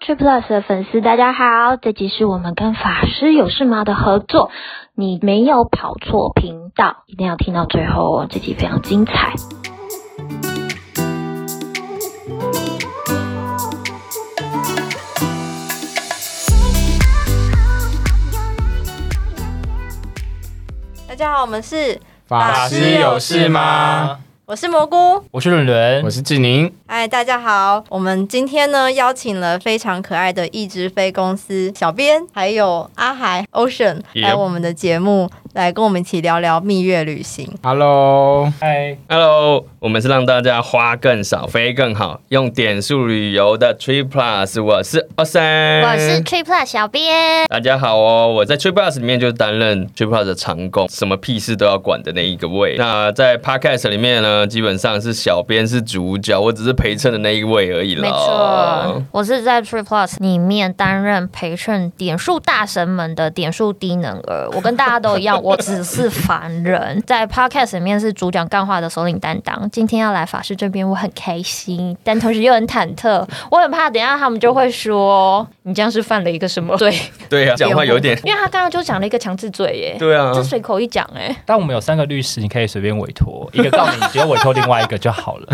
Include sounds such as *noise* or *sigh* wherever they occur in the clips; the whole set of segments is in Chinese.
Trip Plus 的粉丝，大家好！这集是我们跟法师有事吗的合作，你没有跑错频道，一定要听到最后哦，这集非常精彩。大家好，我们是，法师有事吗？我是蘑菇。我是伦伦，我是志宁，哎，大家好，我们今天呢邀请了非常可爱的一直飞公司小编，还有阿海 Ocean Yep 来我们的节目，来跟我们一起聊聊蜜月旅行。 Hello，嗨， Hello，我们是让大家花更少，飞更好，用点数旅游的 Trip Plus，我是阿三，我是 Tree Plus 小编，大家好哦，我在 Trip Plus 里面就担任 Trip Plus 的长工，什么屁事都要管的那一个位。那在 Podcast 里面呢，基本上是小编是主角，我只是陪衬的那一位而已啦。没错，我是在 Tree Plus 里面担任陪衬点数大神们的点数低能儿。我跟大家都一样，我只是凡人，在 Podcast 里面是主讲干话的首领担当。今天要来法师这边，我很开心，但同时又很忐忑，我很怕等一下他们就会说你这样是犯了一个什么罪，对啊，讲话有点，因为他刚刚就讲了一个强制罪耶。对啊这，随口一讲哎、但我们有三个律师，你可以随便委托，一个告你，只要委托另外一个就好了。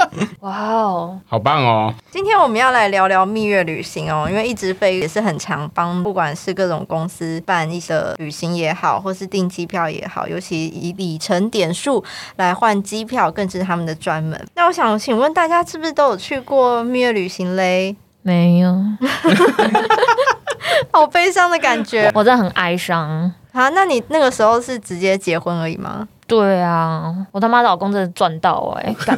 *laughs* 哇哦，好棒哦！今天我们要来聊聊蜜月旅行哦，因为一直飞也是很常帮，不管是各种公司办一些旅行也好，或是订机票也好，尤其以里程点数来换机票，更是他们的专门。那我想请问大家，是不是都有去过蜜月旅行嘞？没有，好悲伤哦的感觉我真的很哀伤。啊！ *laughs* 那你那个时候是直接结婚而已吗？对啊，我他妈老公真的赚到 *laughs* 哎、干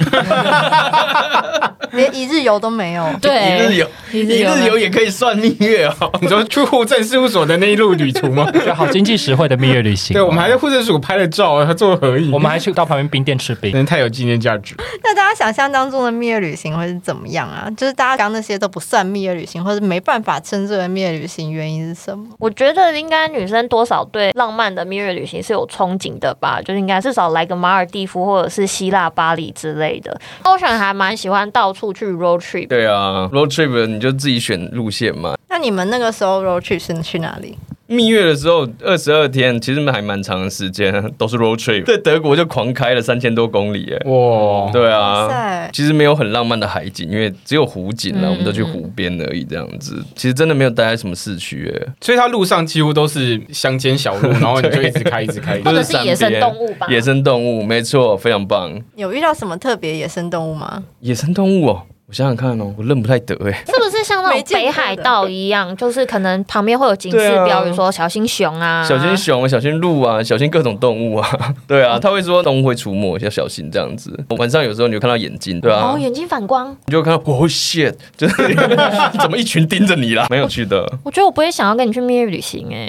连一日游都没有？一日对，游，一日游也可以算蜜月哦。你说去户政事务所的那一路旅途吗？就好经济实惠的蜜月旅行。对，我们还在户政署拍了照，还做合影，我们还去到旁边冰店吃 *laughs* 冰。能太有纪念价值。那大家想象当中的蜜月旅行会是怎么样啊？就是大家刚刚那些都不算蜜月旅行，或者没办法称之为蜜月旅行，原因是什么？我觉得应该女生多少对浪漫的蜜月旅行是有憧憬的吧，就是应该至少来个马尔蒂夫或者是希腊巴黎之类的。欧选还蛮喜欢到处去 road trip，对啊，road trip 你就自己选路线嘛，那你们那个时候 road trip 是去哪里？蜜月的时候，二十二天，其实还蛮长的时间， *laughs* 都是 road trip，在德国就狂开了三千多公里，哎，哇，对哇啊。塞，其实没有很浪漫的海景，因为只有湖景啦，嗯我们都去湖边而已，这样子。其实真的没有待在什么市区，哎，所以它路上几乎都是乡间小路，然后你就一直开，一直开。一直或开者是野生动物吧。野生动物，没错，非常棒。有遇到什么特别野生动物吗？ *laughs* 野生动物哦，我想想看哦，我认不太得哎。是不是像那没种见过北的海道一样，就是可能旁边会有警示对啊标语说小心熊啊，小心熊，小心鹿啊，小心各种动物啊， *laughs* 对啊，他会说动物会出没，要小心这样子。晚上有时候你就看到眼睛，对啊哦，，眼睛反光。你就会看到，oh *laughs* shit，就是 *laughs* 怎么一群盯着你啦，蛮有趣的我觉得我不会想要跟你去蜜月旅行哎、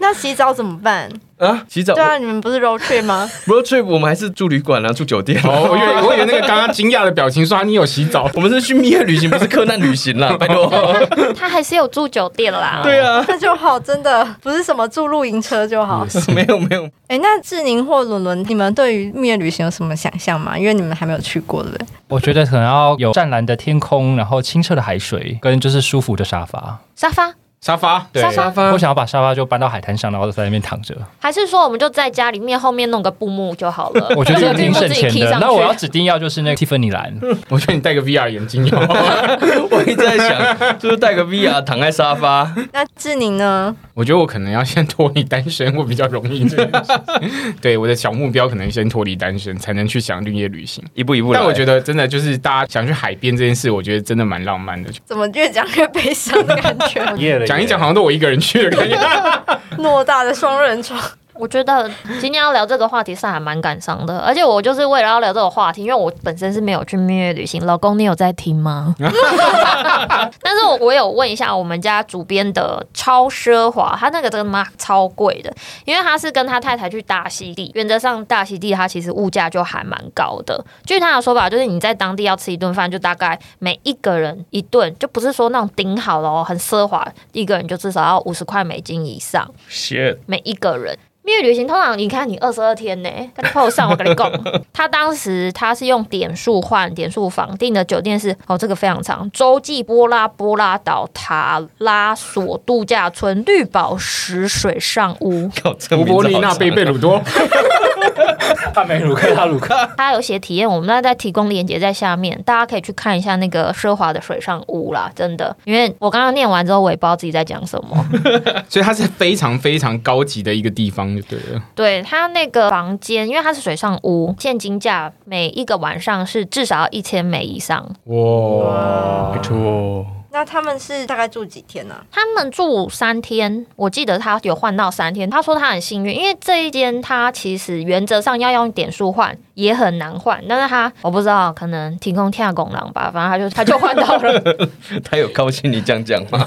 那洗澡怎么办？啊。洗澡对啊，你们不是 road trip 吗？ *laughs* road trip 我们还是住旅馆啊，住酒店。哦，我以为我以为那个刚刚惊讶的表情说啊你有洗澡，我们是去蜜月旅行，不是客难旅行 *laughs* 啦，拜托。 *laughs* 他还是有住酒店啦。对啊，那就好，真的不是什么住露营车就好。 *laughs* 没有没有，哎、那志宁或伦伦，你们对于蜜月旅行有什么想象吗？因为你们还没有去过，对不 *laughs* 对？我觉得可能要有湛蓝的天空，然后清澈的海水，跟就是舒服的沙发。沙发沙发，对，沙发我想要把沙发就搬到海滩上，然后在那边躺着。还是说我们就在家里面后面弄个布幕就好了？我觉得这个就是布挺幕省自己钱踢的。上那我要去。指定要就是那个蒂芬尼蓝，我觉得你戴个 VR 眼镜要吗我一直在想，就是带个 VR 躺在沙发，那志宁呢？我觉得我可能要先脱离单身，我比较容易这件事情。对，我的小目标可能先脱离单身，才能去想绿叶旅行。一步一步来。但我觉得得真的就是大家想去海边这件事，我觉得真的蛮浪漫的。怎么越讲越悲伤的感觉？ *laughs* 讲一讲好像都我一个人去的感觉。 *laughs* 偌大的双人床，我觉得今天要聊这个话题是还蛮感伤的，而且我就是为了要聊这个话题，因为我本身是没有去蜜月旅行。老公，你有在听吗？但是我我有问一下我们家主编的超奢华，他那个真的妈超贵的，因为他是跟他太太去大溪地，原则上大溪地它其实物价就还蛮高的。据他的说法，就是你在当地要吃一顿饭，就大概每一个人一顿，就不是说那种顶好了哦，很奢华，一个人就至少要五十块美金以上。 shit，每一个人。蜜月旅行通常你看你二十二天呢、跟你泡上我跟你讲，他当时他是用点数换点数房订的酒店是哦，这个非常长，洲际波拉波拉岛塔拉索度假村绿宝石水上屋，靠，这博名字伯利好纳长啊贝贝鲁多，帕梅鲁克、帕鲁克，他有写体验，我们那再提供链接在下面，大家可以去看一下那个奢华的水上屋啦，真的，因为我刚刚念完之后我也不知道自己在讲什么。 *laughs* 所以它是非常非常高级的一个地方，就对了。对他那个房间，因为它是水上屋，现金价每一个晚上是至少要一千美以上。哇，不错。那他们是大概住几天呢、他们住三天，我记得他有换到三天。他说他很幸运，因为这一间他其实原则上要用点数换，也很难换。但是他哦我不知道，可能提供跳拱廊吧，反正他就他就换到了。他有高兴你这样讲 *laughs* 吗？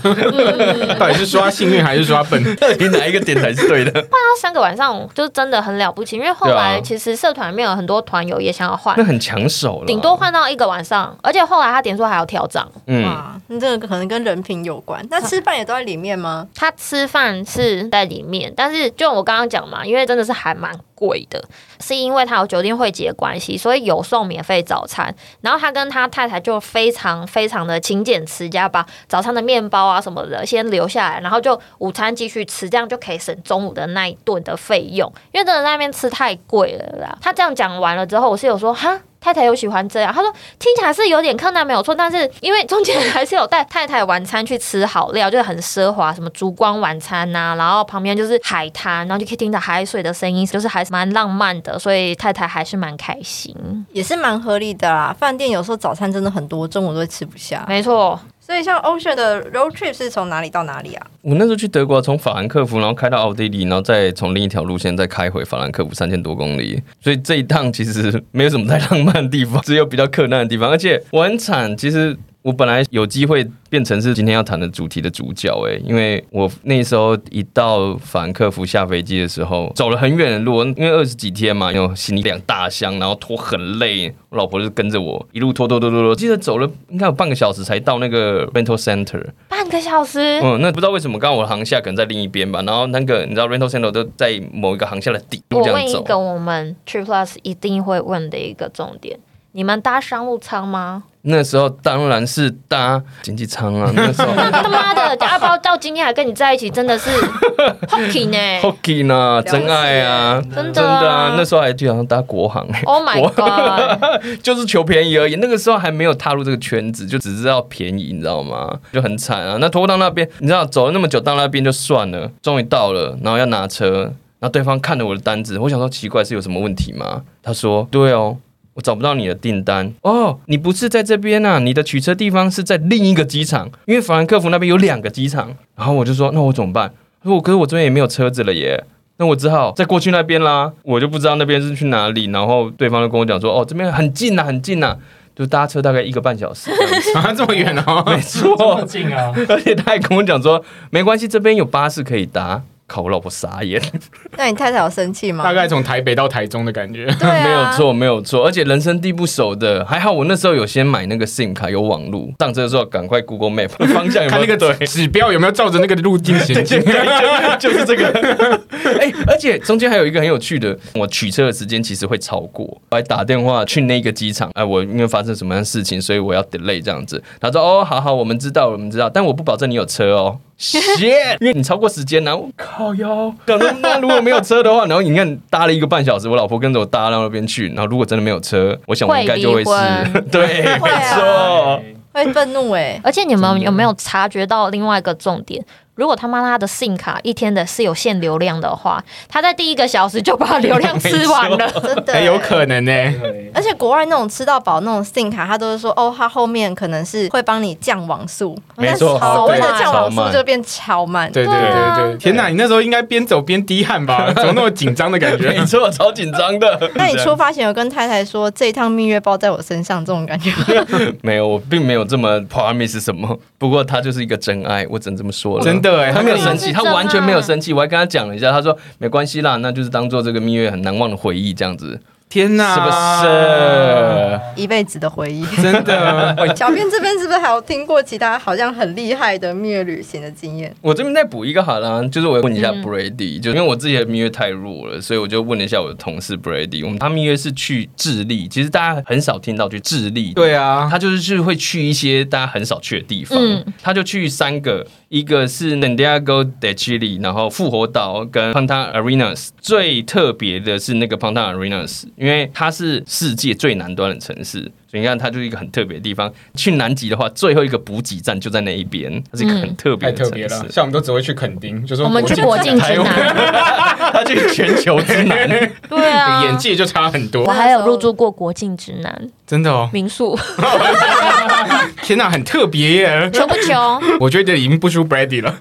到底是说他幸运还是说他笨？。到底哪一个点才是对 *laughs* 的？他三个晚上就真的很了不起，因为后对来啊其实社团里面有很多团友也想要换那，很抢手了，顶多换到一个晚上，而且后来他点数还要调涨。啊？嗯，哇，那这个可能跟人品有关。那吃饭也都在里面吗？他吃饭是在里面，但是就我刚刚讲嘛，因为真的是还蛮贵的，是因为他有酒店会籍的关系，所以有送免费早餐。然后他跟他太太就非常非常的勤俭持家，把早餐的面包啊什么的先留下来，然后就午餐继续吃，这样就可以省中午的那一顿的费用。因为真的在那边吃太贵了啦。他这样讲完了之后，我室友说哈。太太有喜欢这样，他说听起来是有点困难没有错，但是因为中间还是有带太太晚餐去吃好料，就是很奢华，什么烛光晚餐呐、然后旁边就是海滩，然后就可以听到海水的声音，就是还是蛮浪漫的，所以太太还是蛮开心。也是蛮合理的啦。饭店有时候早餐真的很多，中午都会吃不下。没错， *laughs* 所以像 Ocean 的 road trip 是从哪里到哪里啊？我那时候去德国，从法兰克福，然后开到奥地利，然后再从另一条路线再开回法兰克福，三千多公里。所以这一趟其实没有什么太浪漫的地方，只有比较困难的地方。而且我很惨，其实我本来有机会变成是今天要谈的主题的主角、诶，因为我那时候一到法兰克福下飞机的时候，走了很远的路，因为二十几天嘛，有行李两大箱，然后拖很累，我老婆就跟着我一路拖拖拖拖拖，记得走了应该有半个小时才到那个 rental center。半个小时， *laughs* 嗯，那不知道为什么，刚刚我的航厦可能在另一边吧，然后那个你知道 rental center 都在某一个航厦的底部我这问样一走。个我们 Trip Plus 一定会问的一个重点：你们搭商务舱吗？那时候当然是搭经济舱啊，那 *laughs* 时候他妈的，阿包到今天还跟你在一起，真的 *laughs* 是 hockey 呢 Hockey 呢，解真爱啊，真的真啊的啊，那时候还经常搭国航、欸， ！Oh my *laughs* god！就是求便宜而已。那个时候还没有踏入这个圈子，就只知道便宜，你知道吗？就很惨啊。那拖到那边，你知道走了那么久到那边就算了，终于到了，然后要拿车，那对方看了我的单子，我想说奇怪是有什么问题吗？他说对哦。我找不到你的订单哦，你不是在这边啊，你的取车地方是在另一个机场，因为法兰克福那边有两个机场。然后我就说，那我怎么办？他说我可是我这边也没有车子了耶，那我只好再过去那边啦。我就不知道那边是去哪里，然后对方就跟我讲说，哦，这边很近呐、很近呐、啊就搭车大概一个半小时这样子 *laughs* *laughs* 啊，这么远哦 *laughs* 没，错，近啊！而且他还跟我讲说，没关系，这边有巴士可以搭。靠，我老婆傻眼，那你太太有生气吗？大概从台北到台中的感觉。对啊，没有。错，没有错，而且人生地不熟的，还好我那时候有先买那个 SIM 卡，有网路，上车的时候赶快 Google Map 方向有看没那有个对，指标有没有照着那个路径前进？就是这个。 *laughs* 哎、而且中间还有一个很有趣的，我取车的时间其实会超过，我还打电话去那个机场，哎、我因为发生什么样的事情，所以我要 delay 这样子。他说：“哦，好好，我们知道，我们知道，但我不保证你有车 *laughs* 哦。” shit，因为你超过时间呢、我靠腰。可能那如果没有车的话，然后你看搭了一个半小时，我老婆跟着我搭到那边去，然后如果真的没有车，我想我应该就会会离是婚 *laughs* 对，没会啊错。会愤怒 *laughs* 哎、而且你们有没有察觉到另外一个重点？如果他妈他的 SIM 卡一天的是有限流量的话，他在第一个小时就把流量吃完了。真的、欸很哎有可能欸呢、而且国外那种吃到饱那种 SIM 卡，它都是说哦，它后面可能是会帮你降网速，没错但所谓的对降网超速慢就变超慢。对对对啊对，天哪！你那时候应该边走边滴汗吧？怎么那么紧张的感觉没？错，超紧张的。那你出发前有跟太太说这一趟蜜月包在我身上这种感觉吗？ *laughs* 没有，我并没有这么 promise 什么。 *laughs* 不过他就是一个真爱，我只能这么说了。真的哎、欸他没有生神气，是他真爱啊完全没有生气。我还跟他讲了一下，他说没关系啦，那就是当做这个蜜月很难忘的回忆这样子。 *laughs* 天哪，是不一辈子的回忆。是？真的， *laughs* 小编这边是不是还有听过其他好像很厉害的蜜月旅行的经验？我这边再补一个好了，就是我问一下嗯 Brady，、就因为我自己的蜜月太弱了，所以我就问了一下我的同事 Brady，我们他蜜月是去智利，其实大家很少听到去智利，对啊，他就是去会去一些大家很少去的地方，嗯他就去三个，一个是 Santiago de Chile，然后复活岛跟 Panta Arenas。最特别的是那个 Panta Arenas，因为它是世界最南端的城市，所以你看它就是一个很特别的地方。去南极的话，最后一个补给站就在那一边，它是一个嗯很特别太的城特别市。了，像我们都只会去垦丁，就说 *laughs* 我们去国境之南，它去全球之南，对 *laughs* 啊，眼界就差很我多，还有入住过国境之南真的哦，民 *laughs* 宿，天哪，很特别 *laughs* 耶，穷不穷？我觉得已经不输 Brady 了，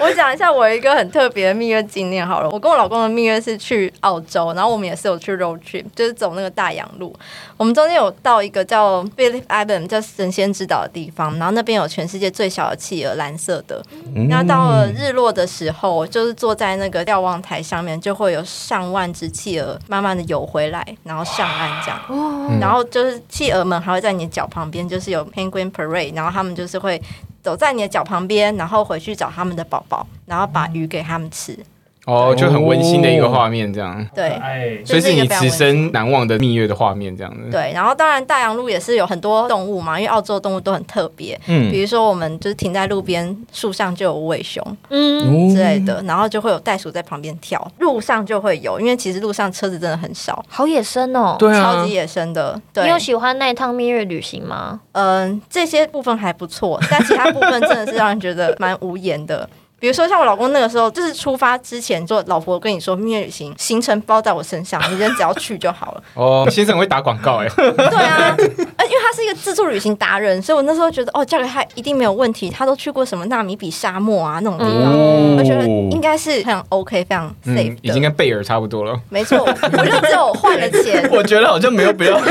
我讲一下我一个很特别的蜜月经验好了。我跟我老公的蜜月是去澳洲，然后我们也是有去 road trip，就是走那个大洋路。我们中间有到一个叫 Phillip Island，叫神仙之岛的地方，然后那边有全世界最小的企鹅，蓝色的。然后到了日落的时候，我就是坐在那个瞭望台上面，就会有上万只企鹅慢慢的游回来，然后上岸这样。然后就是企鹅们还会在你脚旁边，就是有 penguin parade，然后他们就是会走在你的脚旁边，然后回去找他们的宝宝，然后把鱼给他们吃。哦，就很温馨的一个画面，这样，对哎，所这以是是一你个非常此生难忘的蜜月的画面，这样子。对，然后当然大洋路也是有很多动物嘛，因为澳洲动物都很特别，比嗯，如说我们就是停在路边树上就有无尾熊 *laughs* 嗯，之类的，然后就会有袋鼠在旁边跳，路上就会有，因为其实路上车子真的很少。好野生哦。对超啊级，野生的，对，你有喜欢那一趟蜜月旅行吗？嗯，这些部分还不错， *laughs* 但其他部分真的是让人觉得蛮无言的。比如说像我老公那个时候，就是出发之前，就老婆跟你说蜜月旅行行程包在我身上，你人只要去就好 *laughs* 了。哦，先生很会打广告哎， *laughs* 对啊，呃，因为他是一个自助旅行达人，所以我那时候觉得哦，嫁给他一定没有问题。他都去过什么纳米比沙漠啊那种地方，哦我觉得应该是非常 OK、非常 safe 嗯的。，已经跟贝尔差不多了。没错，我就只有换了 *laughs* 钱， *laughs* 我觉得好像没有比较好，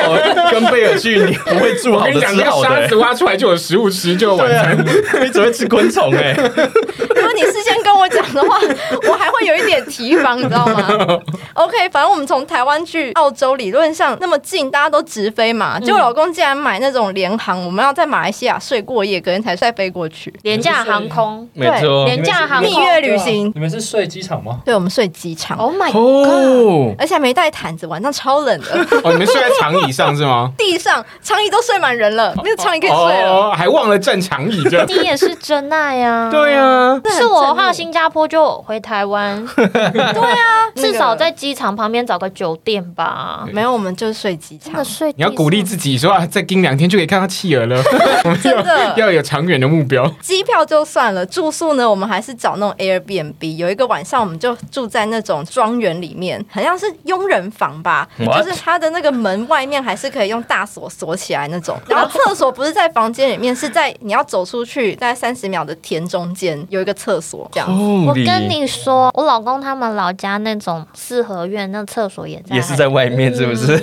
跟贝尔去你不会住我好跟你的讲，吃那好个的、欸啊沙子挖出来就有食物吃，就有晚餐。你只会吃昆虫哎、如果你事先跟我讲的话， *laughs* 我还会有一点提防，你知道吗 *laughs* ？OK，反正我们从台湾去澳洲，理论上那么近，大家都直飞嘛。嗯结果老公竟然买那种联航，我们要在马来西亚睡过夜，隔天才再飞过去。廉价航空，没错廉价航蜜空月旅行，你们是睡机场吗？对我们睡机场。 ，Oh my god！哦，而且还没带毯子，晚上超冷的， *laughs* 哦，你们睡在长椅上是 *laughs* 吗？地上长椅都睡满人了，没有长椅可以睡了。哦哦，还忘了站长椅 *laughs* 这样。你也是真爱呀、 *laughs* 啊。对啊，是我的话，新加坡就回台湾，对啊，至那少个在机场旁边找个酒店吧。没有，我们就是睡机真的场，睡，你要鼓励自己说啊，再盯两天就可以看到企鹅 *laughs* 了，真的要有长远的目标。机票就算了，住宿呢，我们还是找那种 Airbnb。有一个晚上，我们就住在那种庄园里面，好像是佣人房吧 What？就是它的那个门外面还是可以用大锁锁起来那种。然后厕所不是在房间里面，是在你要走出去大概三十秒的田中间有一个厕所，这样。我我跟你说，我老公他们老家那种四合院，那厕所也在，也是在外面，是不嗯是？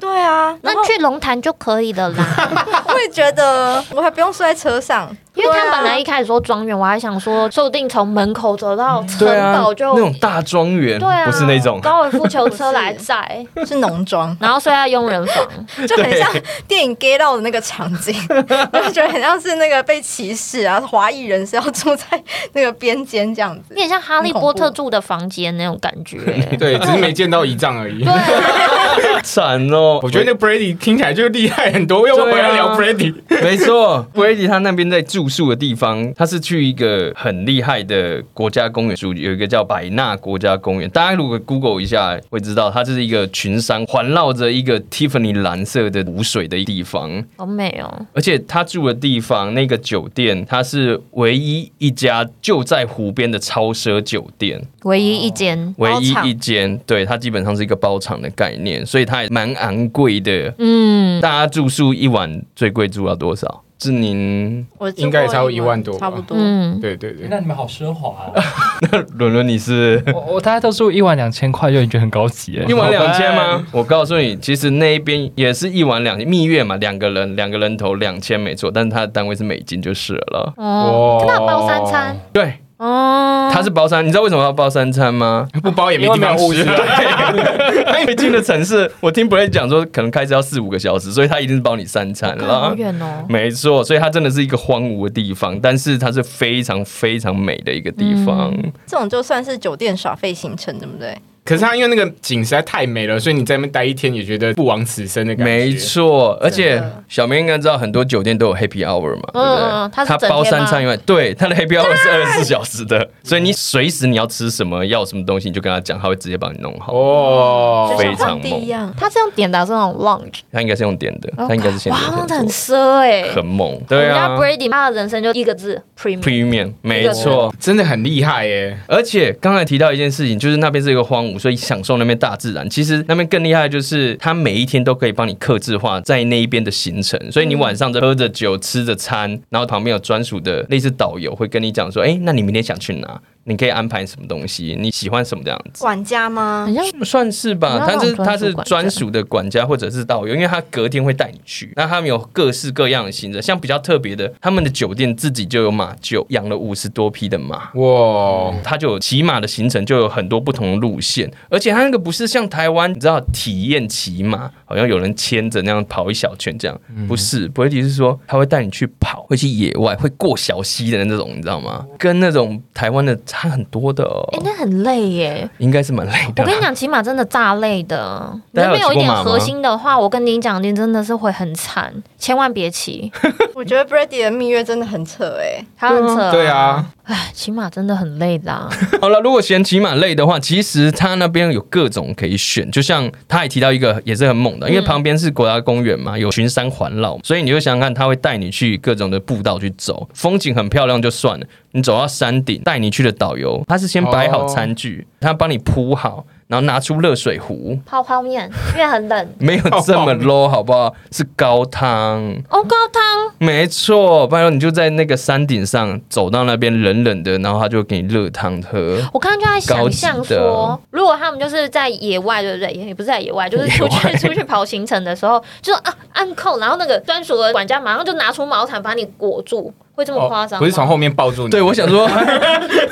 对啊，然后那去龙潭就可以了啦，我也觉得我还不用睡在车上，因为对他啊本来一开始说庄园，我还想说，说不定从门口走到城 *laughs* 对啊堡，就那种大庄园，对啊，不是那种。高尔夫球车来载，是农庄，然后睡在佣人房， *laughs* 就很像电影 get 到的那个场景， *laughs* 我就觉得很像是那个被歧视啊，华裔人是要住在那个边间这样子有。点像哈利波特住的房间那种感 *laughs* 觉。对，只是没见到仪仗而已对。啊，惨哦！我觉得那 Brady 听起来就厉害很啊多，要不要回来聊 Brady？ *laughs* 没错，Brady 他那边在住宿的地方，他是去一个很厉害的国家公园住，有一个叫百纳国家公园。大家如果 Google 一下，会知道它就是一个群山环绕着一个 Tiffany 蓝色的湖水的地方。好美哦，而且他住的地方那个酒店，它是唯一一家就在湖边的超奢酒店。唯一一间，哦唯一包场一间，对它基本上是一个包场的概念，所以它也蛮昂贵的。嗯，大家住宿一晚最贵住到多少？是您 *laughs* 我住过应该也超过一一万多吧差不多。嗯，对对啊对，那你们好奢华哦！伦伦，你是 *laughs* 我我大家都说一晚两千块就已经觉得很高级了， *laughs* 一晚两千吗？我告诉你，其实那一边也是一晚两千，蜜月嘛，两个人两个人头两千没错，但是它的单位是美金就是了。哦，哇那包三餐，对，嗯哦，它是包三，你知道为什么要包三餐吗？不包也没地方吃啊。 *laughs* 因为进的城市，我听 Blake 讲说，可能开车要四五个小时，所以他一定是包你三餐看好 *laughs* 啦。远哦。没错，所以它真的是一个荒芜的地方，但是它是非常非常美的一个地方。嗯这种就算是酒店耍费行程，对不对？可是它因为那个景实在太美了，所以你在那边待一天也觉得不枉此生的感觉。没错，而且的小明应该知道很多酒店都有 Happy Hour 嘛，对不对？嗯嗯它是整天包三餐吗嗯以外，对，它的 Happy Hour 是二十四小时 *laughs* 的，所以你随时你要吃什么，要什么东西，你就跟他讲，他会直接帮你弄好。哦就，非像常皇帝一样，他这样点的是那种 lounge，他应该是用点的，他应该是现哇，点现那做很奢哎。很猛，对啊我们家 Brady 他的人生就一个字 premium， ，Premium 没个字错。真的很厉害耶！而且刚才提到一件事情，就是那边是一个荒芜，所以享受那边大自然。其实那边更厉害，的就是它每一天都可以帮你克制化在那一边的行程。所以你晚上喝着酒、吃着餐，然后旁边有专属的类似导游会跟你讲说：“哎、那你明天想去哪？你可以安排什么东西？你喜欢什么这样子？”管家吗很？像算是吧，那但是种专他属是管家专属的管家或者是导游，因为他隔天会带你去。那他们有各式各样的行程，像比较特别的，他们的酒店自己就有马厩，养了五十多匹的马。哇，嗯它就有骑马的行程，就有很多不同的路线，而且它那个不是像台湾，你知道体验骑马，好像有人牵着那样跑一小圈这样，不是，伯提是说他会带你去跑，会去野外，会过小溪的那种，你知道吗？跟那种台湾的差很多的、哦哎、，那很累耶！应该是蛮累的哦啦。我跟你讲，骑马真的炸累的。你大家没有骑有一过点马吗核心的话，我跟你讲，你真的是会很惨，千万别骑，我觉得 Brady 的蜜月真的很扯哎、他很扯、对，啊，哎，骑马真的很累的、啊。好了，如果嫌骑马累的话，其实他那边有各种可以选，就像他也提到一个也是很猛的，因为旁边是国家公园嘛，有群山环绕，所以你就想想看，他会带你去各种的步道去走，风景很漂亮就算了，你走到山顶，带你去的导游他是先摆好餐具，他帮你铺好，然后拿出热水壶。泡泡面，因为很冷。没有这么 low 好不好？是高汤，哦，高汤，没错。不然你就在那个山顶上走到那边冷冷的，然后他就给你热汤喝。我刚刚就在想象高级的说，如果他们就是在野外，对不对？也也不是在野外，就是出去 *laughs* 出去跑行程的时候，就是啊按扣，然后那个专属的管家马上就拿出毛毯把你裹住，会这么夸张、哦不是从后面抱住你？ *laughs* 对，我想说，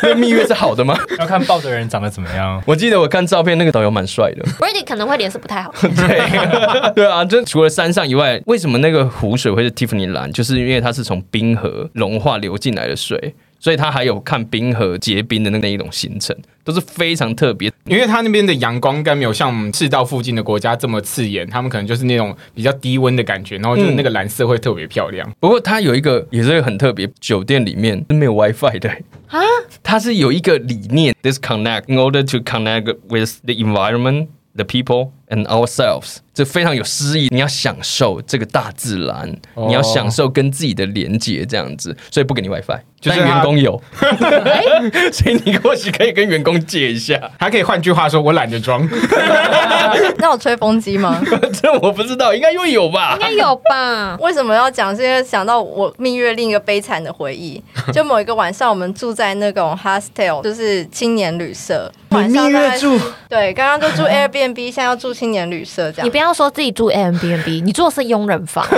那蜜月是好的吗？ *laughs* *laughs* 要看抱的人长得怎么样。我记得我看照片，那个导游蛮帅的。 Brady 可能会脸色不太好。对， *laughs* 对啊，就除了山上以外，为什么那个湖水会是 Tiffany 蓝？就是因为它是从冰河融化流进来的水，所以它还有看冰河结冰的那那一种行程，都是非常特别。因为它那边的阳光应该没有像我们赤道附近的国家这么刺眼，他们可能就是那种比较低温的感觉，然后就是那嗯个蓝色会特别漂亮。不过它有一个也是很特别，酒店里面是没有 WiFi 的啊，它是有一个理念，disconnect in order to connect with the environment。The people and ourselves，这非常有诗意。你要享受这个大自然，哦你要享受跟自己的连接，这样子，所以不给你 WiFi，就是但员它工有，哎 *laughs* 所以你或许可以跟员工借一下。还可以换句话说，我懒得装。那有吹风机吗？这我不知道，应该会有吧应？该有 *laughs* 吧？为什么要讲？是因为想到我蜜月另一个悲惨的回忆，就某一个晚上，我们住在那种 hostel，就是青年旅社。晚上大概住对，刚刚就住 Airbnb，现在要住青年旅社这样。你不要说自己住 a m b n b 你住的是佣人房。 *laughs*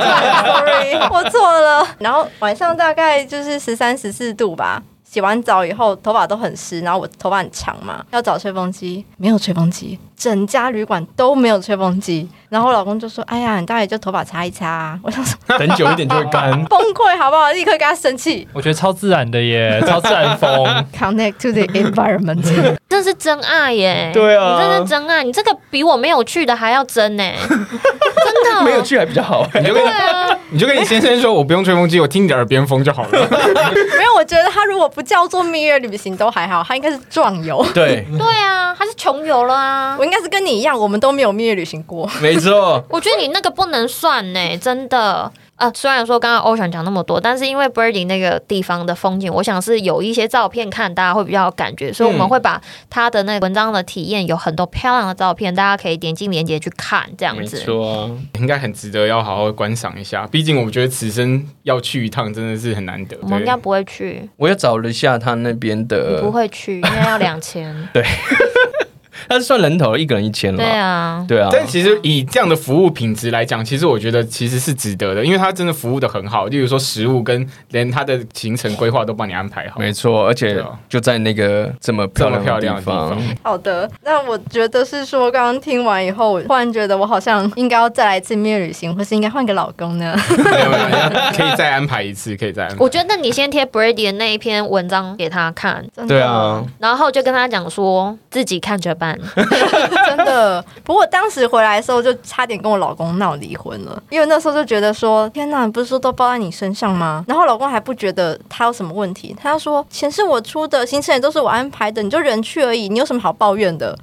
Sorry，我错了。然后晚上大概就是十三、十四度吧。洗完澡以后，头发都很湿，然后我头发很长嘛，要找吹风机，没有吹风机，整家旅馆都没有吹风机。然后我老公就说：“哎呀，你大概就头发擦一擦、啊。” *laughs* 我想说等久一点就会干。崩溃好不好？立刻跟他生气。我觉得超自然的耶，超自然风。 *laughs* Connect to the environment，这是真爱耶！对啊你这是真爱，你这个比我没有去的还要 *laughs* 真呢，真 *laughs* 的没有去还比较好、你就跟对啊，你就跟你先生说，我不用吹风机，我听你的耳边风就好 *laughs* 了。 *laughs* 没有，我觉得他如果不叫做蜜月旅行都还好，他应该是壮 *laughs* 游。对，对啊，他是穷游了啊我！应该是跟你一样，我们都没有蜜月旅行过。 *laughs* 没错。我觉得你那个不能算呢，真的。呃，虽然说刚刚 Ocean 讲那么多，但是因为 Birdie 那个地方的风景，我想是有一些照片看，大家会比较有感觉，嗯所以我们会把他的那个文章的体验有很多漂亮的照片，大家可以点进链接去看，这样没子。错啊，应该很值得要好好观赏一下，毕竟我觉得此生要去一趟真的是很难得。我们应该对，不会去，我又找了一下他那边你的 *laughs* 不，会去，因为要两千。它是算人头一个人一千了对吧？啊，对啊，但其实以这样的服务品质来讲，其实我觉得其实是值得的，因为它真的服务的很好，例如说食物跟连它的行程规划都帮你安排好，没错，而且对啊就在那个这么漂这么亮漂的亮的地地方方。。好的，那我觉得是说，刚刚听完以后，我忽然觉得我好像应该要再来一次蜜月旅行，或是应该换个老公呢？ *laughs* 没有没有可以再安排一次，可以再安排。我觉得你先贴 Brady 的那一篇文章给他看，真的对啊，，然后就跟他讲说自己看着办。 *laughs* 真的。不过当时回来的时候，就差点跟我老公闹离婚了，因为那时候就觉得说，天哪，不是说都包在你身上吗？然后老公还不觉得他有什么问题，他说钱是我出的，行程也都是我安排的，你就人去而已，你有什么好抱怨的？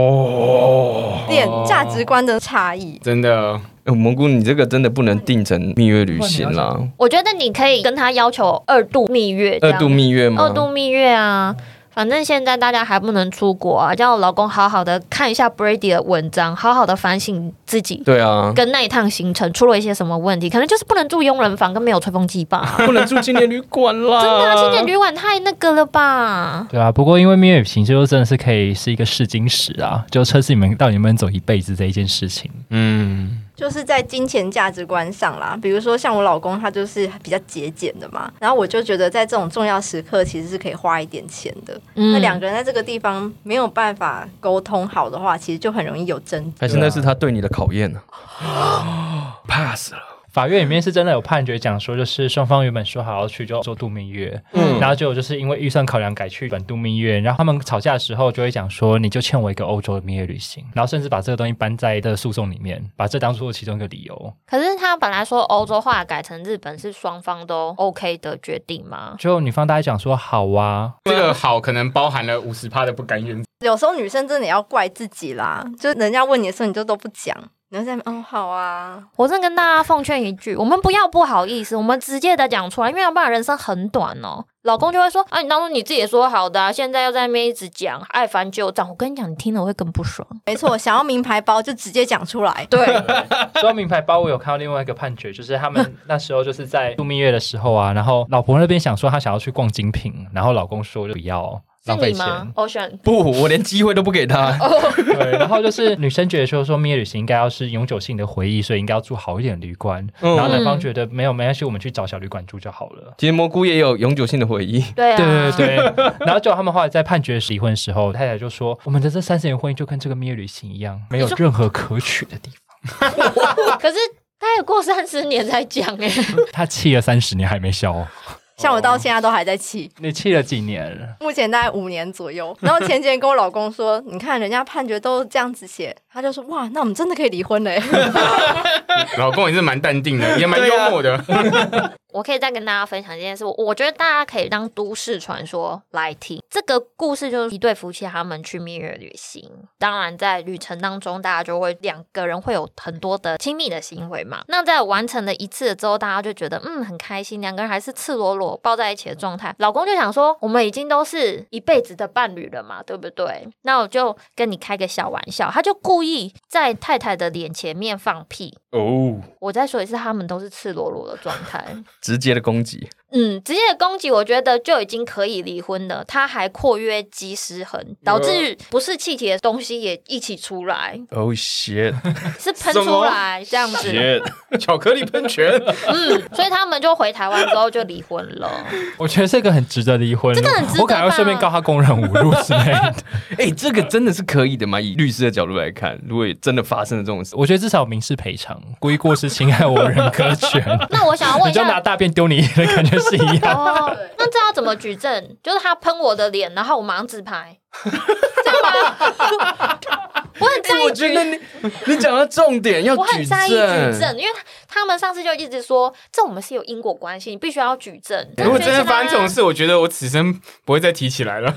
哦，点价值观的差异。真的呃蘑菇，你这个真的不能定成蜜月旅行啦，我觉得你可以跟他要求二度蜜月，这二样呃度蜜月吗？二哦度蜜月啊。反正现在大家还不能出国啊，叫我老公好好的看一下 Brady 的文章，好好的反省自己。对 *laughs* 啊，跟那一趟行程出了一些什么问题，可能就是不能住佣人房跟没有吹风机吧。不能住青年旅馆啦。真的、啊，青年旅馆太那个了吧？对啊，不过因为蜜月旅行就真的是可以是一个试金石啊，就测试你们到底能不能走一辈子这一件事情。嗯就是在金钱价值观上啦，比如说像我老公，他就是比较节俭的嘛，然后我就觉得在这种重要时刻，其实是可以花一点钱的。嗯那两个人在这个地方没有办法沟通好的话，其实就很容易有争还是那是他对你的考验啊呢、pass *gasps* 了。法院里面是真的有判决讲说，就是双方原本说好要去就做度蜜月，嗯然后结果就是因为预算考量改去短度蜜月，然后他们吵架的时候就会讲说，你就欠我一个欧洲的蜜月旅行，然后甚至把这个东西搬在的诉讼里面，把这当做其中一个理由。可是他本来说欧洲话改成日本是双方都 OK 的决定吗？就女方大概讲说好啊，这个好，可能包含了五十趴的不甘愿。有时候女生真的也要怪自己啦，就是人家问你的时候，你就都不讲，你就在那边嗯好啊，我真的跟大家奉劝一句，我们不要不好意思，我们直接的讲出来，因为要不然人生很短哦。老公就会说啊，你当初你自己也说好的、啊，现在又在那边一直讲，爱翻旧账。我跟你讲，你听了会更不爽。没错，想要名牌包就直接讲出来。对， *laughs* 说到名牌包，我有看到另外一个判决，就是他们那时候就是在 *laughs* 度蜜月的时候啊，然后老婆那边想说她想要去逛精品，然后老公说就不要是浪费你钱，吗？Ocean，不，我连机会都不给他。哦对，然后就是女生觉得说说蜜月旅行应该要是永久性的回忆，所以应该要住好一点的旅馆，嗯然后男方觉得没有没关系，我们去找小旅馆住就好了。其实蘑菇也有永久性的回忆，对啊，对对对，对然后就他们后来在判决离婚的时候，太太就说：“我们的这三十年婚姻就跟这个蜜月旅行一样，没有你说任何可取的地方。 *laughs* 可是他也过三十年才讲哎、”他气了三十年还没消哦， *laughs* 像我到现在都还在气，你气了几年？目前大概五年左右。然后前几天跟我老公说，你看人家判决都这样子写，他就说哇，那我们真的可以离婚嘞。老公也是蛮淡定的，也蛮对幽啊默的。我可以再跟大家分享一件事，我我觉得大家可以当都市传说来听。这个故事就是一对夫妻他们去蜜月旅行，当然在旅程当中，大家就会两个人会有很多的亲密的行为嘛。那在完成了一次之后，大家就觉得嗯很开心，两个人还是赤裸裸抱在一起的状态。老公就想说，我们已经都是一辈子的伴侣了嘛，对不对？那我就跟你开个小玩笑，他就故意在太太的脸前面放屁。 *laughs* 哦，我再说一次，他们都是赤裸裸的状态。直接的攻击。嗯，直接的攻击，我觉得就已经可以离婚了。他还括约肌失衡，导致不是气体的东西也一起出来， Oh shit 是喷出来这样子。 shit！巧克力喷泉， *laughs* 嗯，所以他们就回台湾之后就离婚了。我觉得这个很值得离婚，这个很值得吧我可能会顺便告他公然侮辱之类的。 *laughs* 哎、这个真的是可以的吗？以律师的角度来看，如果真的发生了这种事，我觉得至少有民事赔偿，故意过失侵害我人格权，那啊我想要问你一就拿下，大便丢你的感觉是一样。 *laughs* 哦，那这要怎么举证？就是他喷我的脸，然后我马上自拍，这样吗？我很 *laughs* 在哎、意我觉得你你讲到重点，要我很举在意举证。证，因为他他们上次就一直说，这我们是有因果关系，你必须要举证。如果真的发生这种事，事，我觉得我此生不会再提起来了。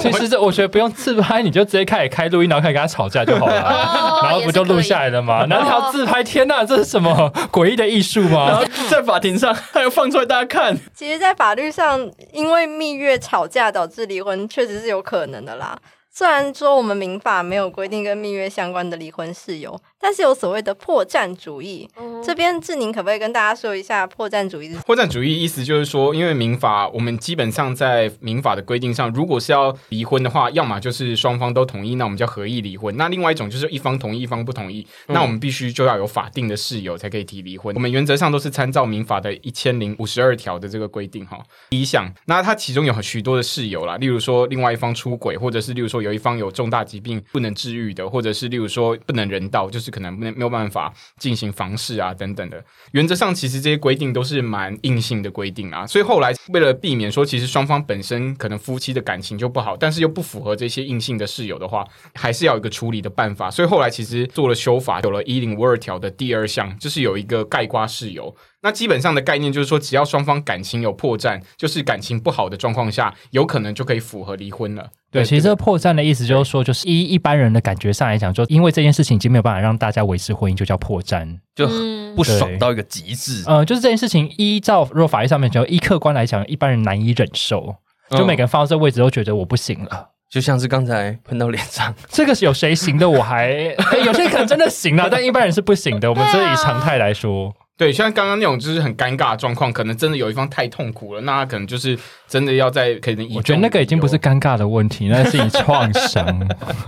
其实这我觉得不用自拍，你就直接开始开录音，然后开始跟他吵架就好了。哦然后也不是就录可以哦下来了吗？然后你还要自拍，天呐，这是什么诡异的艺术然 *laughs* 吗后？在法庭上还要放出来大家看，其实，在法律上，因为蜜月吵架导致离婚，确实是有可能的啦。虽然说我们民法没有规定跟蜜月相关的离婚事由，但是有所谓的破绽主义。嗯这边志宁可不可以跟大家说一下破绽主义是什么？破绽主义意思就是说，因为民法我们基本上在民法的规定上，如果是要离婚的话，要么就是双方都同意，那我们叫合意离婚；那另外一种就是一方同意，一方不同意，那我们必须就要有法定的事由才可以提离婚。我们原则上都是参照民法的一千零五十二条的这个规定哈。第一项，那它其中有许多的事由啦，例如说另外一方出轨，或者是例如说有一方有重大疾病不能治愈的，或者是例如说不能人道，就是可能没没有办法进行房事啊等等的。原则上，其实这些规定都是蛮硬性的规定啊，所以后来为了避免说，其实双方本身可能夫妻的感情就不好，但是又不符合这些硬性的事由的话，还是要有一个处理的办法。所以后来其实做了修法，有了一零五二条的第二项，就是有一个盖瓜事由。那基本上的概念就是说，只要双方感情有破绽，就是感情不好的状况下，有可能就可以符合离婚了。对，其实这个破绽的意思就是说，就是一一般人的感觉上来讲，就因为这件事情已经没有办法让大家维持婚姻，就叫破绽。就嗯不爽到一个极致。呃，就是这件事情依照若法律上面讲，依客观来讲，一般人难以忍受，就每个人放到这位置都觉得我不行了。嗯就像是刚才喷到脸上，这个是有谁行的，我 *laughs* 还、诶有些人可能真的行了，但一般人是不行的。我们这啊以常态来说，对，像刚刚那种就是很尴尬的状况，可能真的有一方太痛苦了，那他可能就是真的要在可能以我觉得那个已经不是尴尬的问题，那是你创 *laughs* 伤。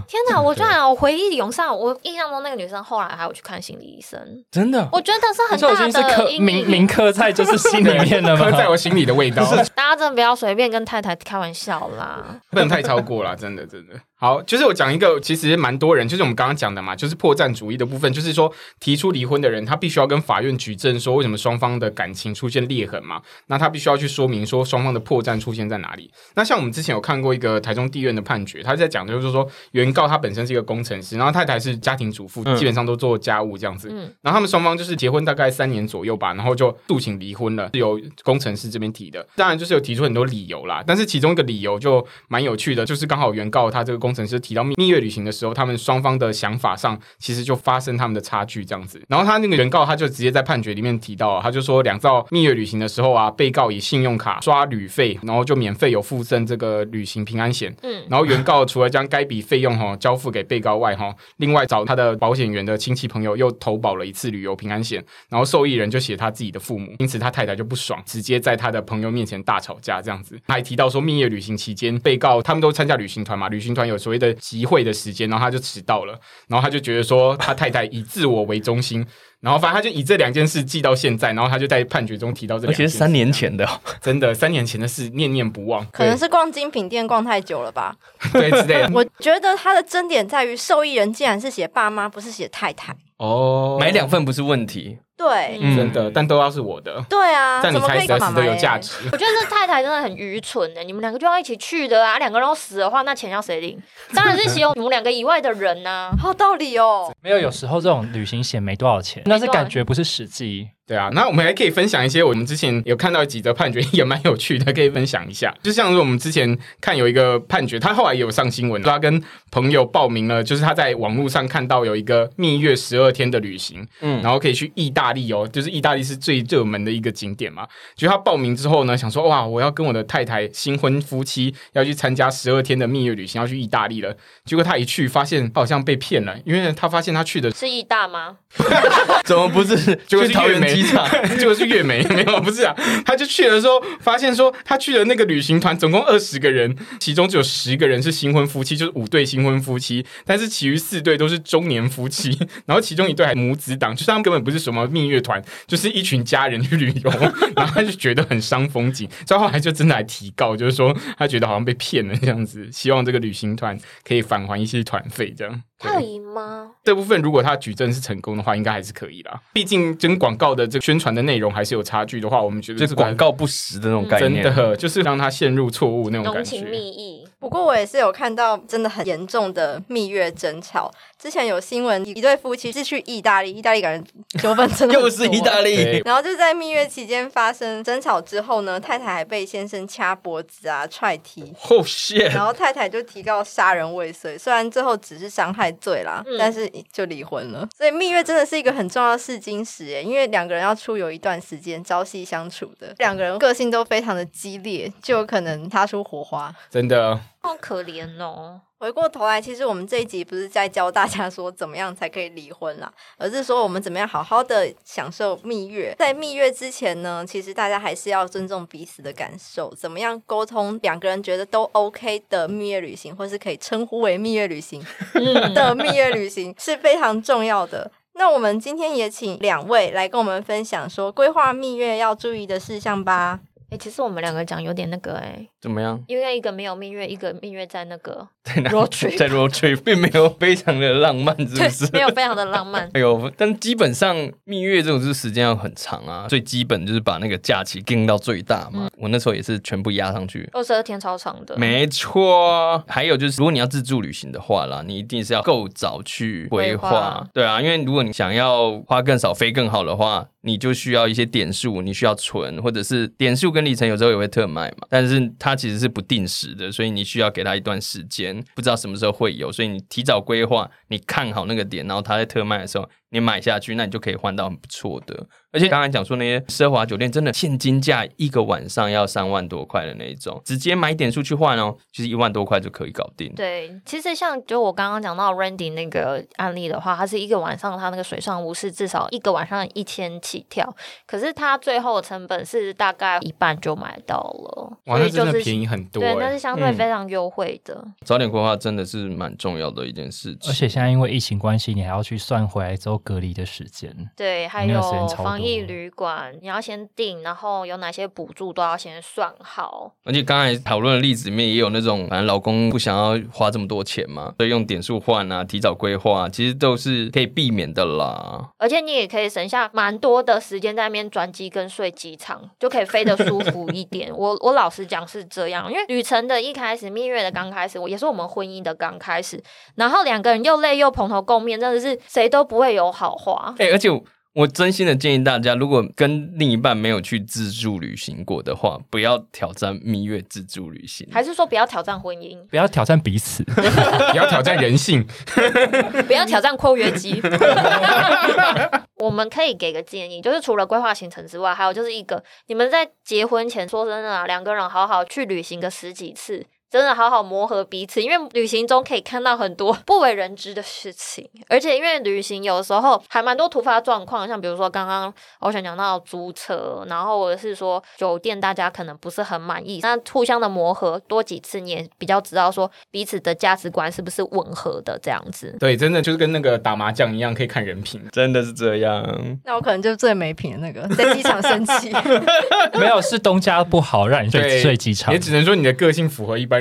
天哪！我居然我回忆涌上，我印象中那个女生后来还有去看心理医生， *laughs* 真的我觉得是很这已经是大刻的阴明影。明刻在就是心里面 *laughs* *laughs* 了刻在吗？我心里的味道，大家真的不要随便跟太太开玩笑啦。 *laughs* 不能太超过了，真的真的。好，就是我讲一个，其实蛮多人，就是我们刚刚讲的嘛，就是破绽主义的部分，就是说提出离婚的人，他必须要跟法院举证说为什么双方的感情出现裂痕嘛，那他必须要去说明说双方的破绽出现在哪里。那像我们之前有看过一个台中地院的判决，他在讲的就是说原告他本身是一个工程师，然后太太是家庭主妇，嗯基本上都做家务这样子，嗯然后他们双方就是结婚大概三年左右吧，然后就诉请离婚了，是由工程师这边提的。当然就是有提出很多理由啦，但是其中一个理由就蛮有趣的，就是刚好原告他这个工程师提到蜜蜜月旅行的时候，他们双方的想法上其实就发生他们的差距这样子。然后他那个原告他就直接在判决里面提到啊，他就说两造蜜月旅行的时候啊，被告以信用卡刷旅费，然后就免费有附赠这个旅行平安险，嗯，然后原告除了将该笔费用哈交付给被告外哈，另外找他的保险员的亲戚朋友又投保了一次旅游平安险，然后受益人就写他自己的父母，因此他太太就不爽，直接在他的朋友面前大吵架这样子。他还提到说蜜月旅行期间，被告他们都参加旅行团嘛，旅行团有所谓的集会的时间，然后他就迟到了，然后他就觉得说他太太以自我为中心。然后反正他就以这两件事记到现在，然后他就在判决中提到这而两件且事是三年，前的哦，真的三年前的事念念不忘，可能对是逛精品店逛太久了吧。对之类的。 *laughs* 我觉得他的争点在于，受益人竟然是写爸妈，不是写太太。哦买两份不是问题，对，嗯真的，但都要是我的，对啊，但你怎么可才以死干而嘛哎死嘛欸的有耶？价值。我觉得这太太真的很愚蠢欸的、你们两个就要一起去的啊，两个人都死的话，那钱要谁领？当然是只有你们两个以外的人啊呐、好有道理哦。没有，有时候这种旅行险没多少钱，那是感觉不是实际。对啊，那我们还可以分享一些我们之前有看到几则判决也蛮有趣的，可以分享一下。 *laughs* 就像是我们之前看有一个判决，他后来也有上新闻，他跟朋友报名了，就是他在网络上看到有一个蜜月十二天的旅行，嗯然后可以去意大利哦，就是意大利是最热门的一个景点嘛。就他报名之后呢，想说哇，我要跟我的太太新婚夫妻要去参加十二天的蜜月旅行，要去意大利了。结果他一去，发现他好像被骗了，因为他发现他去的是义大吗？ *laughs* 怎么不是就是去桃园机场？ *laughs* *laughs* 结果是月美，没有不是啊，他就去的时候发现说，他去的那个旅行团总共二十个人，其中只有十个人是新婚夫妻，就是五对新婚夫妻，但是其余四对都是中年夫妻，然后其中一对还母子档，就是他们根本不是什么蜜月团，就是一群家人去旅游，然后他就觉得很伤风景，所以后来就真的来提告，就是说他觉得好像被骗了这样子，希望这个旅行团可以返还一些团费这样。对他有赢吗？这部分如果他举证是成功的话，应该还是可以啦。毕竟跟广告的这个宣传的内容还是有差距的话，我们觉得就这是个广告不实的那种概真念。的就是让他陷入错误那种浓感情觉。蜜意，不过我也是有看到真的很严重的蜜月争吵。之前有新闻，一对夫妻是去意大利，意大利感觉纠纷真的很 *laughs* 又多是意大利对，然后就在蜜月期间发生争吵之后呢，太太还被先生掐脖子啊、踹踢， ，Oh shit！然后太太就提告杀人未遂，虽然最后只是伤害罪啦，嗯但是就离婚了。所以蜜月真的是一个很重要的试金石耶，因为两个人要出游一段时间，朝夕相处的，两个人个性都非常的激烈，就有可能擦出火花。真的，好可怜哦。回过头来，其实我们这一集不是在教大家说怎么样才可以离婚啦， *laughs* 而是说我们怎么样好好的享受蜜月。在蜜月之前呢，其实大家还是要尊重彼此的感受，怎么样沟通两个人觉得都 OK 的蜜月旅行，或是可以称呼为蜜月旅行，的蜜月旅行是非常重要的。那我们今天也请两位来跟我们分享说规划蜜月要注意的事项吧。哎、其实我们两个讲有点那个哎、怎么样？因为一个没有蜜月，一个蜜月在那个在哪 road trip 在 road trip 并没有非常的浪漫，是不是？。没有非常的浪 *laughs* 漫哎呦，但基本上蜜月这种就是时间要很长啊，最基本就是把那个假期定到最大嘛。我那时候也是全部压上去。二十二天超长的，没错，还有就是，如果你要自助旅行的话啦，你一定是要够早去规规划划，对啊，因为如果你想要花更少、飞更好的话，你就需要一些点数，你需要存，或者是点数跟里程有时候也会特卖嘛，但是它其实是不定时的，所以你需要给它一段时间，不知道什么时候会有，所以你提早规划，你看好那个点，然后它在特卖的时候你买下去，那你就可以换到很不错的。而且刚才讲说那些奢华酒店，真的现金价一个晚上要三万多块的那一种，直接买点数去换哦，就是一万多块就可以搞定。对，其实像就我刚刚讲到 Randy 那个案例的话，他是一个晚上，他那个水上屋是至少一个晚上一千起跳，可是他最后成本是大概一半就买到了，哇，所那以就真的是便宜很多、对，那欸是。相对嗯非常优惠的。早点规划真的是蛮重要的一件事情。而且现在因为疫情关系，你还要去算回来之后隔离的时间。对，还那有个时间超防多疫旅馆，你要先订，然后有哪些补助都要先算好。而且刚才讨论的例子里面也有那种，反正老公不想要花这么多钱嘛，所以用点数换啊，提早规划啊，其实都是可以避免的啦。而且你也可以省下蛮多的时间在那边转机跟睡机场，就可以飞得舒服一点。 *laughs* 我我老实讲是这样，因为旅程的一开始，蜜月的刚开始，我也是我们婚姻的刚开始，然后两个人又累又蓬头垢面，真的是谁都不会有好话。哎、而且我我真心的建议大家，如果跟另一半没有去自助旅行过的话，不要挑战蜜月自助旅行。还是说不要挑战婚姻，不要挑战彼此，也要挑战人性， *laughs* 不要挑战括约肌。 *laughs* 我们可以给个建议，就是除了规划行程之外，还有就是一个，你们在结婚前，说真的啊，两个人好好去旅行个十几次。真的好好磨合彼此，因为旅行中可以看到很多不为人知的事情，而且因为旅行有时候还蛮多突发状况，像比如说刚刚我想讲到租车，然后或者是说酒店大家可能不是很满意，那互相的磨合多几次，你也比较知道说彼此的价值观是不是吻合的这样子。对，真的就是跟那个打麻将一样，可以看人品。真的是这样，那我可能就是最没品的那个，在机场生气。 *laughs* 没有是东家不好，让你睡对睡机场也。只能说你的个性符合一般人。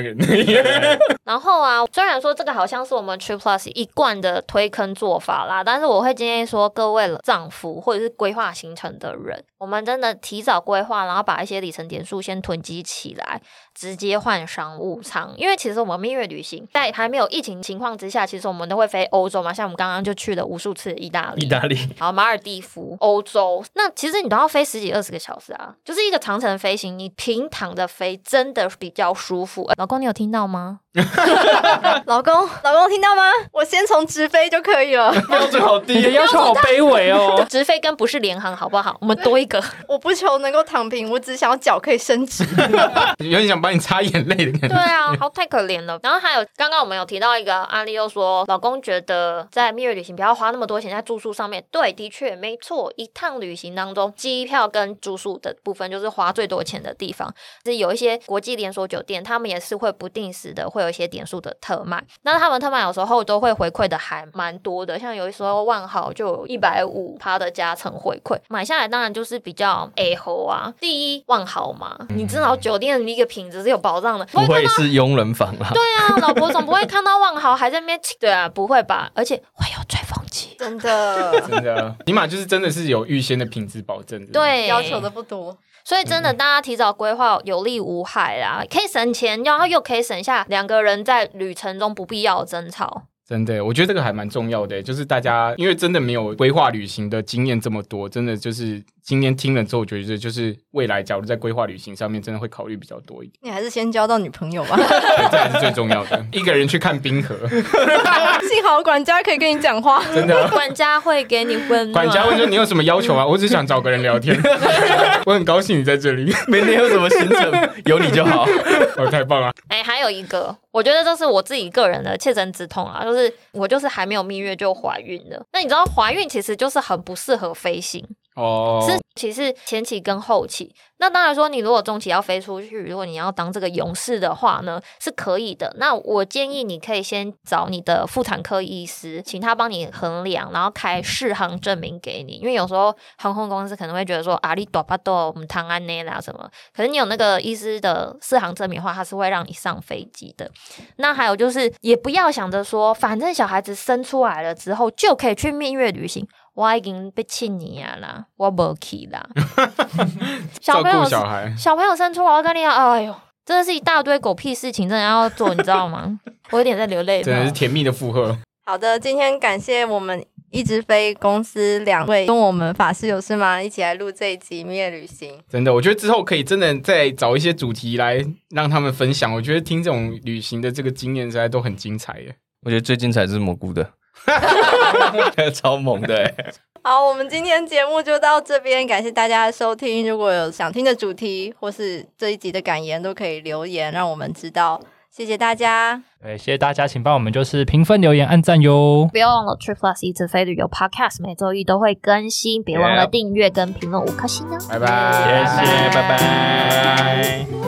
然后啊，虽然说这个好像是我们 True Plus 一贯的推坑做法啦，但是我会建议说，各位丈夫或者是规划行程的人，我们真的提早规划，然后把一些里程点数先囤积起来，直接换商务舱。因为其实我们蜜月旅行在还没有疫情情况之下，其实我们都会飞欧洲嘛，像我们刚刚就去了无数次意大 *laughs* 意利。大利然后马尔地夫、欧洲，那其实你都要飞十几二十个小时啊，就是一个长程飞行，你平躺着飞真的比较舒服。呃老公，你有听到吗？，老公，老公听到吗？我先从直飞就可以 *laughs* 了，标准好 *laughs* 你的低，要求好卑微哦直飞跟不是联航好不好？我们多一个，我不求能够躺平，我只想要脚可以伸直。有点想把你擦眼泪的感对觉。啊，好太可怜了。然后还有刚刚我们有提到一个案例，又说老公觉得在蜜月旅行不要花那么多钱在住宿上面。对，的确没错，一趟旅行当中，机票跟住宿的部分就是花最多钱的地方。是有一些国际连锁酒店，他们也是会不定时的会有一些点数的特卖，那他们特卖有时候都会回馈的还蛮多的，像有的时候万豪就有一百五趴的加成回馈，买下来当然就是比较 A 猴啊。第一，万豪嘛，你至少酒店的一个品质是有保障的，不不会看会到。是佣人房 *laughs* 啦。对啊，老婆总不会看到万豪还在那边气，对啊，不会吧？而且会有吹风机，真的，真的，啊起码就是真的是有预先的品质保证。真的，对，要求的不多。所以真的，大家提早规划有利无害啦，可以省钱，然后又可以省下两个人在旅程中不必要的 *laughs* 争吵。真的，我觉得这个还蛮重要的，欸就是大家因为真的没有规划旅行的经验这么多，真的就是今天听了之后，我觉得就是未来假如在规划旅行上面，真的会考虑比较多一点，你还是先交到女朋友吧， *laughs* 对这还是最重要的。一个人去看冰河，幸好管家可以跟你讲话。真的。管家会给你温暖，管家问说：“你有什么要求啊？”我只想找个人聊天， *laughs* 我很高兴你在这里，明天有什么行程，有你就好。哦，太棒了！哎、还还有一个，我觉得这是我自己个人的切身之痛啊，就是我就是还没有蜜月就怀孕了。那你知道怀孕其实就是很不适合飞行， *laughs* 哦，是其实前期跟后期。那当然说，你如果中期要飞出去，如果你要当这个勇士的话呢，是可以的。那我建议你可以先找你的妇产科医师，请他帮你衡量，然后开适航证明给你。因为有时候航空公司可能会觉得说啊，你短巴多我们唐安内啦什么，可是你有那个医师的适航证明的话，他是会让你上飞机的。那还有就是，也不要想着说，反正小孩子生出来了之后就可以去蜜月旅行。我已经被气你啊啦，我不 *laughs* 去啦。照小朋友顾是小孩，小朋友生出来，我跟你讲，哎呦，真的是一大堆狗屁事情，真的要做，你知道吗？ *laughs* 我有点在流泪哦真的了是。甜蜜的负荷。 *laughs* 好的，今天感谢我们一直飞公司两位跟我们法师有事吗？一起来录这一集《蜜月旅行》。真的，我觉得之后可以真的再找一些主题来让他们分享。我觉得听这种旅行的这个经验实在都很精彩耶。我觉得最精彩是蘑菇 *laughs* 的，超猛的、欸，好，我们今天节目就到这边，感谢大家的收听。如果有想听的主题或是这一集的感言，都可以留言让我们知道。谢谢大家，对，谢谢大家，请帮我们就是评分、留言、按赞哟。不要忘了 Trip Plus 一直飞旅游 Podcast 每周一都会更新，别忘了 Yeah 订阅跟评论五颗星哦。拜拜，谢谢，拜拜。拜拜